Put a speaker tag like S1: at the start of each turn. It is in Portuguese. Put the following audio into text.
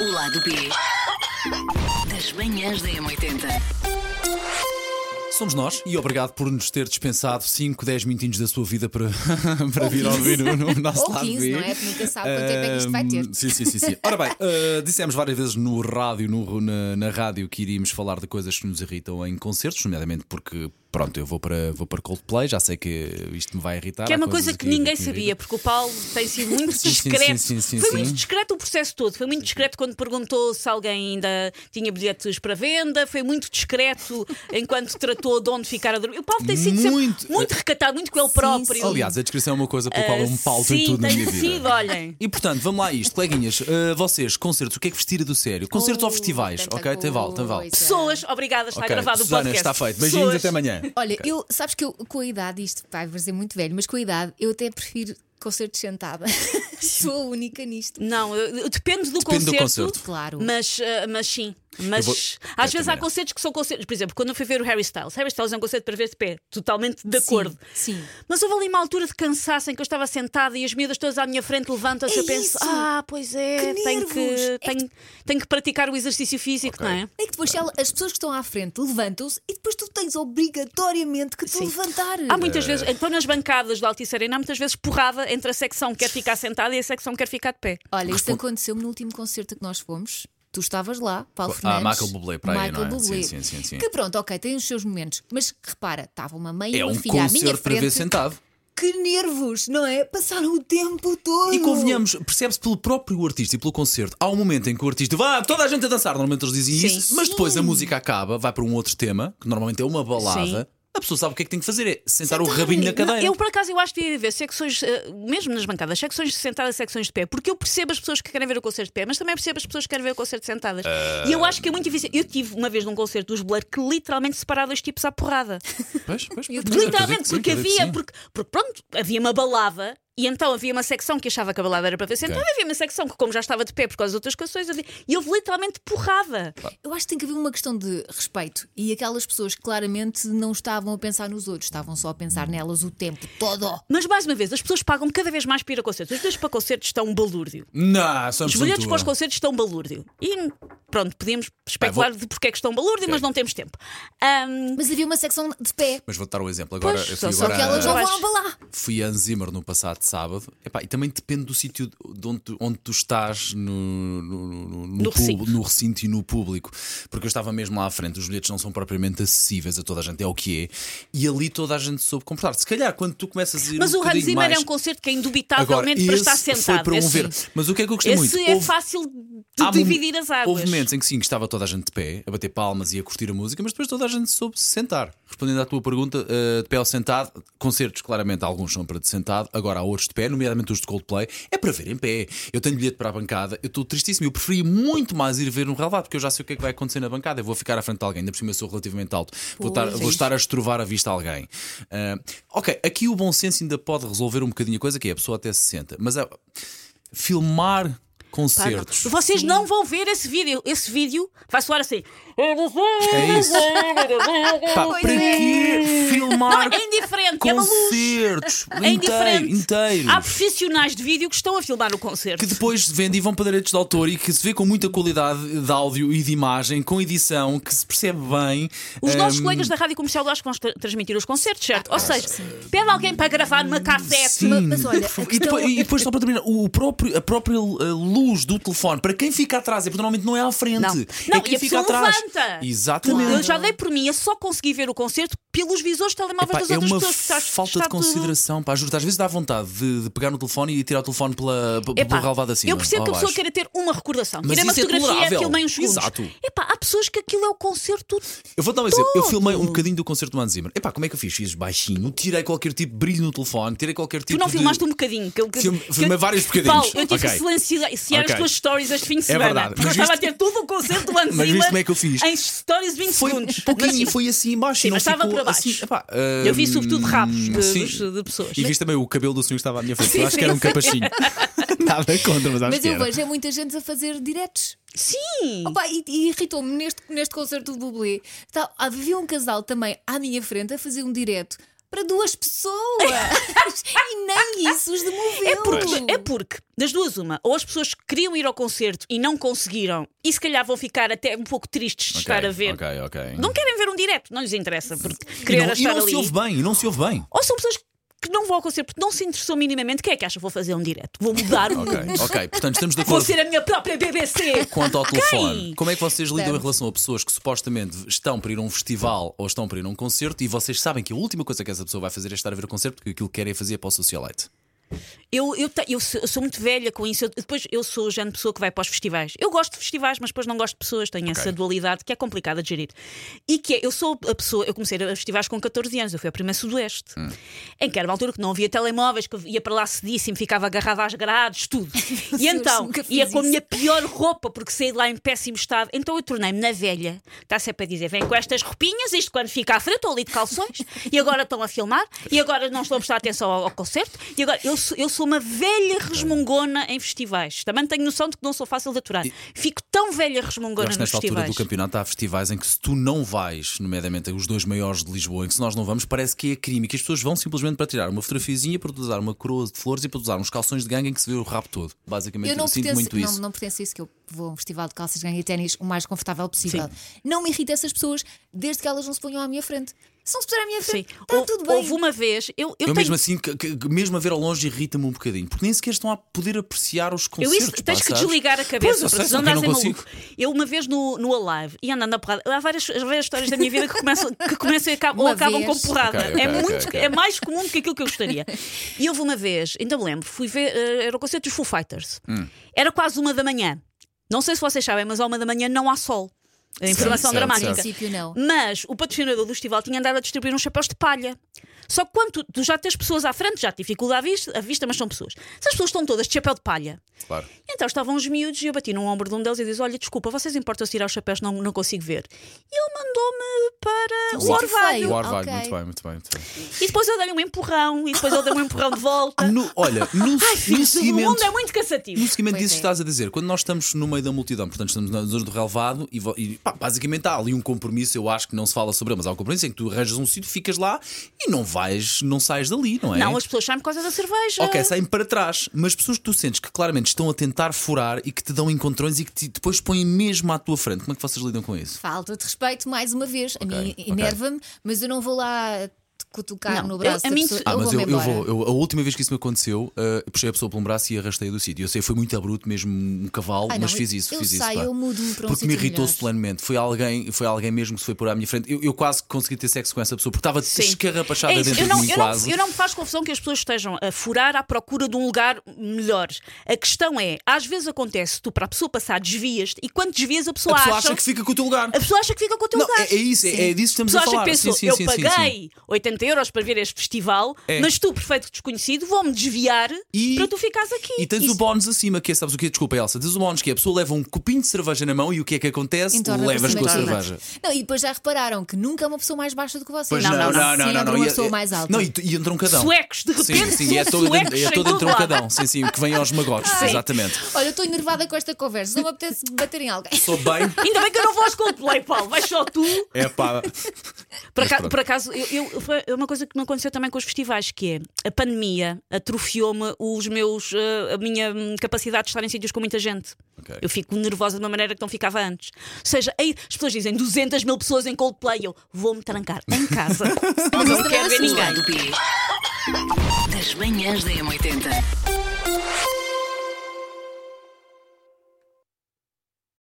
S1: O lado B das manhãs da M80.
S2: Somos nós e obrigado por nos ter dispensado 5, 10 minutinhos da sua vida para, para vir ouvir no, no nosso
S3: Ou
S2: lado
S3: 15,
S2: B.
S3: não é? Porque nunca sabe quanto tempo é que isto vai
S2: Ahm,
S3: ter.
S2: Sim, sim, sim. sim. Ora bem, ah, dissemos várias vezes no rádio, no- na, na rádio, que iríamos falar de coisas que nos irritam em concertos, nomeadamente porque, pronto, eu vou para, vou para Coldplay, já sei que isto me vai irritar.
S4: Que
S2: há
S4: é uma
S2: coisas
S4: coisa que ninguém
S2: me irritam.
S4: sabia, porque o Paulo tem sido muito
S2: Sim, sim, sim,
S4: discreto.
S2: sim, sim,
S4: foi
S2: sim.
S4: muito discreto o processo todo. Foi muito discreto quando perguntou se alguém ainda tinha bilhetes para venda. Foi muito discreto enquanto tratou de onde ficar a dormir. O Paulo tem sido sempre
S2: Muito. eh,
S4: muito recatado, muito com ele
S3: sim.
S4: próprio. Ah, Eh,
S2: Aliás, a descrição é uma coisa pela qual eu me pauto
S4: sim,
S2: em tudo na
S4: tem
S2: minha vida.
S4: sido, olhem.
S2: E portanto, vamos lá a isto, coleguinhas, ah, vocês, concertos, o que é que vestir do sério? Concertos ou
S3: Oh,
S2: festivais?
S3: tanta
S2: Ok, tem vale, tem vale.
S3: coisa.
S4: Pessoas, obrigada, está
S2: Ok,
S4: gravado o
S2: Susana,
S4: podcast.
S2: está feito. Beijinhos
S4: Pessoas.
S2: até amanhã.
S3: Olha, eu, sabes que eu, com a idade, isto vai parecer muito velho, mas com a idade eu até prefiro concertos sentada. Sou a única nisto.
S4: Não, eu- eu- depende do
S2: Depende do
S4: concerto.
S2: concerto.
S3: Claro.
S4: Mas, eh, mas sim. Mas
S2: vou- Eu
S4: às vezes
S2: também
S4: há
S2: não.
S4: concertos que são concertos. Por exemplo, quando eu fui ver o Harry Styles, Harry Styles é um concerto para ver de pé, totalmente de
S3: Sim,
S4: acordo.
S3: Sim.
S4: Mas houve ali uma altura de cansaço em que eu estava sentada e as miúdas todas à minha frente levantam-se.
S3: É
S4: eu penso,
S3: isso!
S4: ah, pois é,
S3: Que
S4: tenho
S3: nervos!
S4: que,
S3: É que-
S4: tenho, tenho que praticar o exercício físico, não é?
S3: É que depois ela- as pessoas que estão à frente levantam-se e depois tu tens obrigatoriamente que te levantar.
S4: Há muitas
S2: É.
S4: vezes, então nas bancadas da Altice Arena, há muitas vezes porrada entre a secção que quer ficar sentada e a secção que quer ficar de pé.
S3: Olha, isto
S2: Responde-
S3: aconteceu no último concerto a que nós fomos. Tu estavas lá, Paulo
S2: Ah,
S3: Fernandes.
S2: Michael Bublé para aí,
S3: Michael
S2: não é?
S3: Bublé.
S2: Sim, sim, sim, sim.
S3: Que pronto, ok, tem os seus momentos. Mas repara, estava uma mãe e
S2: É
S3: uma
S2: um
S3: filha à minha
S2: concerto para ver
S3: frente.
S2: sentado.
S3: Que nervos, não é? Passaram o tempo todo.
S2: E convenhamos, percebe-se pelo próprio artista e pelo concerto. Há um momento em que o artista vai toda a gente a dançar, normalmente eles dizem
S4: Sim.
S2: isso, mas depois a música acaba, vai para um outro tema, que normalmente é uma balada.
S4: Sim.
S2: A pessoa sabe o que é que tem que fazer, é sentar o
S3: Sentar.
S2: rabinho na
S3: Não,
S2: cadeira.
S4: Eu, por acaso, eu acho que devia haver secções, eh, mesmo nas bancadas, secções de sentadas e secções de pé, porque eu percebo as pessoas que querem ver o concerto de pé, mas também percebo as pessoas que querem ver o concerto de sentadas.
S2: Ah.
S4: E eu acho que é muito difícil. Eu tive uma vez num concerto dos Blur que literalmente separava os tipos à porrada.
S2: Pois, pois, pois,
S3: Eu-
S2: pois, acredito que
S4: Literalmente,
S2: sim,
S4: porque
S2: acredito que
S4: havia,
S2: sim.
S4: porque, porque pronto, havia uma balada. E então havia uma secção que achava que a balada era para ver sentada,
S2: Ok.
S4: havia uma secção que, como já estava de pé por causa das outras canções, havia- e houve literalmente porrada.
S3: Eu acho que tem que haver uma questão de respeito. E aquelas pessoas que claramente não estavam a pensar nos outros, estavam só a pensar nelas o tempo todo.
S4: Mas mais uma vez, as pessoas pagam cada vez mais para ir a concertos. Os bilhetes para concertos estão um balúrdio.
S2: Não, somos
S4: Os bilhetes
S2: um
S4: para os
S2: tour.
S4: concertos estão balúrdio. E pronto, podíamos especular
S2: Ah,
S4: de porque é que estão balúrdio, mas não temos tempo. Ahm,
S3: Mas havia uma secção de pé.
S2: Mas vou-te dar um exemplo agora.
S4: Pois,
S2: eu
S4: só-
S2: fui
S4: só
S3: Só
S2: agora
S3: que elas
S2: a-
S3: não
S4: eu
S3: vão
S4: acho-
S3: abalar.
S2: Fui a Zimmer no passado sábado Epá, e também depende do sítio de onde tu, onde tu estás no, no, no- no- no pub-
S4: recinto.
S2: no recinto e no público, porque eu estava mesmo lá à frente, os bilhetes não são propriamente acessíveis a toda a gente, é o que é, e ali toda a gente soube comportar. Se calhar quando tu começas a ir
S4: mas
S2: um
S4: o Hans
S2: bocadinho
S4: Zimmer
S2: mais...
S4: é um concerto que é
S2: Agora,
S4: indubitavelmente para
S2: esse
S4: estar
S2: Foi
S4: sentado.
S2: para um
S4: esse
S2: ver. Mas o que é que eu gostei
S4: esse
S2: muito?
S4: é
S2: Houve-
S4: fácil de
S2: Há mom-
S4: dividir as águas.
S2: Houve momentos em que sim, que estava toda a gente de pé, a bater palmas e a curtir a música, mas depois toda a gente soube se sentar. Respondendo à tua pergunta, eh, de pé ou sentado, concertos, claramente, alguns são para de sentado, agora há outros de pé, nomeadamente os de Coldplay, é para ver em pé. Eu tenho bilhete para a bancada, eu estou tristíssimo, eu preferia muito mais ir ver no relevado, porque eu já sei o que é que vai acontecer na bancada, eu vou ficar à frente de alguém, ainda por cima eu sou relativamente alto, vou estar,
S4: é
S3: Pois.
S2: vou estar a estrovar a vista a alguém. Ah, ok, aqui o bom senso ainda pode resolver um bocadinho a coisa, que é a pessoa até se senta, mas é filmar
S4: Pá, não.
S2: concertos.
S4: Vocês não vão ver esse vídeo. Esse vídeo vai soar assim.
S2: É isso. Pá, para quê filmar
S4: É indiferente, é maluco.
S2: concertos
S4: É
S2: inteiro,
S4: indiferente.
S2: inteiro?
S4: Há profissionais de vídeo que estão a filmar o concerto.
S2: Que depois vende e vão para direitos de autor e que se vê com muita qualidade de áudio e de imagem, com edição, que se percebe bem. ehm,
S4: Os nossos
S2: Ahm, Ah,
S4: colegas da Rádio Comercial acho que vão tra- transmitir os concertos, certo? Ou seja, pede alguém para gravar numa cassete.
S2: Sim,
S3: Mas olha, a
S2: por favor. e,
S3: questão-
S2: depois,
S4: é
S2: e depois, só para terminar, o próprio, a própria eh, luz do telefone, para quem fica atrás, é porque normalmente não é à frente,
S4: Não.
S2: é
S4: Não,
S2: quem
S4: e a
S2: fica
S4: pessoa
S2: atrás.
S4: levanta.
S2: Exatamente.
S4: Eu já dei por mim, eu só consegui ver o concerto pelos visores de telemóveis
S2: Epá,
S4: das
S2: é
S4: outras
S2: uma
S4: pessoas. porque está-
S2: falta
S4: está
S2: de
S4: tudo-
S2: consideração, pá, juro às vezes dá vontade de, de pegar no telefone e tirar o telefone pela, p-
S4: Epá,
S2: pelo relvado assim.
S4: eu percebo que a pessoa queira ter uma recordação.
S2: Mas
S4: Tirei uma
S2: isso é
S4: fotografia e
S2: tolerável.
S4: aquilo meio uns segundos.
S2: Exato.
S4: Epá, há pessoas que aquilo é o concerto.
S2: Eu vou dar um exemplo. Eu
S4: Todo.
S2: filmei um bocadinho do concerto do Hans Zimmer. Epá, como é que eu fiz? Fiz baixinho, tirei qualquer tipo de brilho no telefone, tirei qualquer tipo
S4: Tu não
S2: de.
S4: filmaste um bocadinho. Que, que,
S2: Filme- filmei vários bocadinhos.
S4: Paulo, eu tive
S2: Ok.
S4: que silenciar
S2: Ok. É
S4: as tuas stories este fim de semana.
S2: verdade.
S4: Porque eu
S2: Mas
S4: estava a
S2: viste-
S4: ter todo o concerto do Hans
S2: Mas viste
S4: Zimmer
S2: como é que eu fiz?
S4: Em stories de 20
S2: Foi um
S4: segundos.
S2: pouquinho, foi assim embaixo.
S4: Sim,
S2: não
S4: mas estava
S2: ficou
S4: para baixo.
S2: assim, epá,
S4: Eu vi
S2: hum,
S4: sobretudo rabos de-
S2: sim.
S4: dos- de pessoas.
S2: E viste também o cabelo do senhor que estava à minha frente.
S4: Sim,
S2: eu acho que
S4: sim,
S2: era um
S4: sim.
S2: capachinho. Nada contra, mas acho
S3: Mas
S2: que
S3: eu
S2: era.
S3: vejo é muita gente a fazer diretos.
S4: Sim!
S3: Opa, e, e irritou-me neste, neste concerto do Bublé. Tá, havia um casal também à minha frente a fazer um direto para duas pessoas. e nem isso os demoveu.
S4: É porque, é porque, das duas, uma, ou as pessoas queriam ir ao concerto e não conseguiram, e se calhar vão ficar até um pouco tristes de estar a ver.
S2: Ok, ok.
S4: Não querem ver um direto, não lhes interessa, porque
S2: e
S4: querer
S2: não, e
S4: estar
S2: não
S4: ali.
S2: se ouve bem, e não se ouve bem.
S4: Ou são pessoas que não vão ao concerto porque não se interessou minimamente. Quem é que acha? Vou fazer um direto, vou mudar o
S2: Ok,
S4: mundo,
S2: ok. Portanto, estamos de
S4: vou
S2: acordo
S4: ser a minha própria BBC.
S2: quanto ao telefone.
S4: Ah, Ok.
S2: Como é que vocês lidam em
S3: Estamos.
S2: relação a pessoas que supostamente estão para ir a um festival ou estão para ir a um concerto e vocês sabem que a última coisa que essa pessoa vai fazer é estar a ver o concerto porque aquilo que querem fazer é para o socialite?
S4: Eu, eu, te- eu sou, eu sou muito velha com isso. Eu- depois eu sou o género de pessoa que vai para os festivais. Eu gosto de festivais, mas depois não gosto de pessoas. Tenho essa dualidade que é complicada de gerir. E que é, eu sou a pessoa. Eu comecei a ir a festivais com 14 anos. Eu fui a primeira Sudoeste. Em que era uma altura que não havia telemóveis, que eu ia para lá cedíssimo, ficava agarrada às grades, tudo. e então
S3: nunca fiz
S4: ia com a
S3: isso.
S4: minha pior roupa, porque saí de lá em péssimo estado. Então eu tornei-me na velha. Está sempre a dizer: vem com estas roupinhas, isto quando fica à frente, estou ali de calções, e agora estão a filmar, e agora não estou a prestar atenção ao, ao concerto. E agora eu sou, eu sou uma velha resmungona em festivais. Também tenho noção de que não sou fácil de aturar. Fico tão velha
S2: Eu
S4: resmungona
S2: acho que
S4: nos
S2: nesta altura
S4: festivais.
S2: do campeonato há festivais em que se tu não vais, nomeadamente os dois maiores de Lisboa, em que se nós não vamos, parece que é crime e que as pessoas vão simplesmente para tirar uma fotografiazinha, para usar uma coroa de flores e para usar uns calções de gangue em que se vê o rabo todo. Basicamente,
S3: Eu
S2: eu,
S3: não
S2: sinto
S3: pertenço,
S2: muito isso.
S3: não, não pertenço a isso, que eu vou a um festival de calças, ganho e ténis o mais confortável possível. Não me irrita essas pessoas desde que elas não se ponham à minha frente. Se não se puserem à minha
S4: Sim.
S3: frente, está
S4: Houve-
S3: Tá tudo bem.
S4: Houve uma vez, eu, eu,
S2: Eu,
S4: tenho.
S2: mesmo assim, que- que- que mesmo a ver ao longe, irrita-me um bocadinho, porque nem sequer estão a poder apreciar os
S4: Eu
S2: concertos.
S4: isso, tens
S2: pá,
S4: que
S2: sabes?
S4: desligar a
S2: Pois,
S4: cabeça,
S2: eu sei,
S4: porque
S2: só
S4: senão
S2: que eu
S4: andas
S2: não
S4: em
S2: consigo.
S4: maluco. Eu uma vez no, no Alive e andando a porrada, há várias, várias histórias da minha vida que começam, que começam e acabam, ou
S3: Uma
S4: acabam
S3: vez.
S4: com porrada.
S2: Ok, ok,
S4: é,
S2: ok,
S4: muito,
S2: ok.
S4: é mais comum do que aquilo que eu gostaria. E houve uma vez, ainda me lembro, fui ver, eh, era o concerto dos Foo Fighters.
S2: Hum.
S4: Era quase uma da manhã. Não sei se vocês sabem, mas à uma da manhã não há sol. É informação
S2: certo,
S3: Em
S4: dramática.
S2: certo.
S3: princípio, não.
S4: Mas o patrocinador do festival tinha andado a distribuir uns chapéus de palha. Só que quando tu, tu já tens pessoas à frente, já te dificulta a vista, a vista, mas são pessoas. Se as pessoas estão todas de chapéu de palha,
S2: Claro.
S4: então estavam os miúdos e eu bati no ombro de um deles e disse: Olha, desculpa, vocês importam-se tirar os chapéus, não, não consigo ver. E ele mandou-me para o
S3: Sítio
S4: orvalho.
S2: O
S3: feio.
S2: Arvalho,
S3: Ok.
S2: muito bem, muito bem. Muito bem.
S4: E depois eu dei-lhe um empurrão, e depois ele deu-me um empurrão de volta.
S2: Ah, No- olha, no,
S4: Ai,
S2: no
S4: filhos do
S2: seguimento.
S4: mundo é muito cansativo.
S2: No seguimento
S3: Pois
S2: disso
S3: é.
S2: que estás a dizer, quando nós estamos no meio da multidão, portanto estamos na zona do relevado e, vo- e, pá, basicamente há ali um compromisso, eu acho que não se fala sobre ele, mas há um compromisso em que tu arranjas um sítio, ficas lá e não vais, não sais dali, não é?
S4: Não, as pessoas saem por causa da cerveja.
S2: Ok, saem para trás, mas pessoas que tu sentes que claramente estão a tentar furar e que te dão encontrões e que te- depois põem mesmo à tua frente. Como é que vocês lidam com isso?
S3: Falta de respeito, mais uma vez. A mim
S2: ok.
S3: enerva-me, mas eu não vou lá te cutucar
S4: Não,
S3: no braço.
S4: eu- a
S3: da
S4: mim-
S3: pessoa.
S4: Ah,
S3: eu
S2: mas
S3: vou-me
S2: eu
S3: embora.
S2: vou. eu- a última vez que isso me aconteceu, eh, puxei a pessoa pelo braço e arrastei do sítio. Eu sei, foi muito abrupto, mesmo um cavalo,
S3: Ai, não,
S2: mas fiz isso.
S3: eu
S2: fiz isso,
S3: saio,
S2: pá.
S3: eu mudo-me para um
S2: Porque me
S3: sítio
S2: irritou
S3: melhor.
S2: solenemente. Foi alguém, foi alguém mesmo que se foi por à minha frente. Eu, eu quase consegui ter sexo com essa pessoa, porque estava escarrapachada
S4: É isso.
S2: dentro
S4: eu não,
S2: de mim,
S4: eu não-
S2: quase.
S4: eu não me faz confusão que as pessoas estejam a furar à procura de um lugar melhor. A questão é, às vezes acontece, tu para a pessoa passar desvias-te e quando desvias a
S2: a
S4: pessoa,
S2: pessoa acha que fica com o teu lugar.
S4: A pessoa acha que fica com o teu
S2: Não,
S4: lugar.
S2: é, é isso, é, é disso que
S4: A
S2: estamos
S4: pessoa
S2: a
S4: acha que
S2: falar.
S4: pensou,
S2: sim, sim,
S4: eu
S2: sim, sim,
S4: paguei
S2: sim.
S4: 80 euros para ver este festival,
S2: É.
S4: mas tu, perfeito desconhecido, vou-me desviar
S2: E-
S4: para tu ficares aqui.
S2: E tens
S4: Isso-
S2: o bónus acima, que é, sabes o que é? Desculpa, Elsa. Tens o bónus que é a pessoa leva um copinho de cerveja na mão e o que é que acontece?
S3: Entorna para
S2: Levas
S3: cima
S2: com a
S3: de todos.
S2: cerveja.
S3: Não, e depois já repararam que nunca é uma pessoa mais baixa do que vocês.
S2: Pois
S3: Sempre uma
S2: e-
S3: pessoa
S2: e-
S3: mais alta.
S2: Não, e, e entra um cadão.
S4: Suecos, de
S2: Sim,
S4: repente,
S2: sim, e é todo,
S4: suecos
S2: dentro- é
S4: em
S2: todo
S4: todo
S2: entrou um
S4: lado.
S2: cadão. Sim, sim, que vem aos magotes, exatamente.
S3: Olha, eu estou enervada com esta conversa, não me apetece bater em alguém.
S2: Sou bem.
S4: Ainda bem que eu não vou aos Coldplay, Paulo. Vais só tu.
S2: É pá.
S4: Por
S2: Mas
S4: acaso,
S2: pronto.
S4: por acaso eu, eu- foi uma coisa que me aconteceu também com os festivais, que é a pandemia atrofiou-me os meus, eh, a minha hum, capacidade de estar em sítios com muita gente.
S2: Ok.
S4: Eu fico nervosa de uma maneira que não ficava antes. Ou seja, aí, as pessoas dizem 200 mil pessoas em Coldplay, eu vou-me trancar em casa.
S3: Mas isso
S4: não
S3: também
S4: quero
S3: é
S4: ver
S3: sua.
S4: ninguém.
S1: Das manhãs da M80.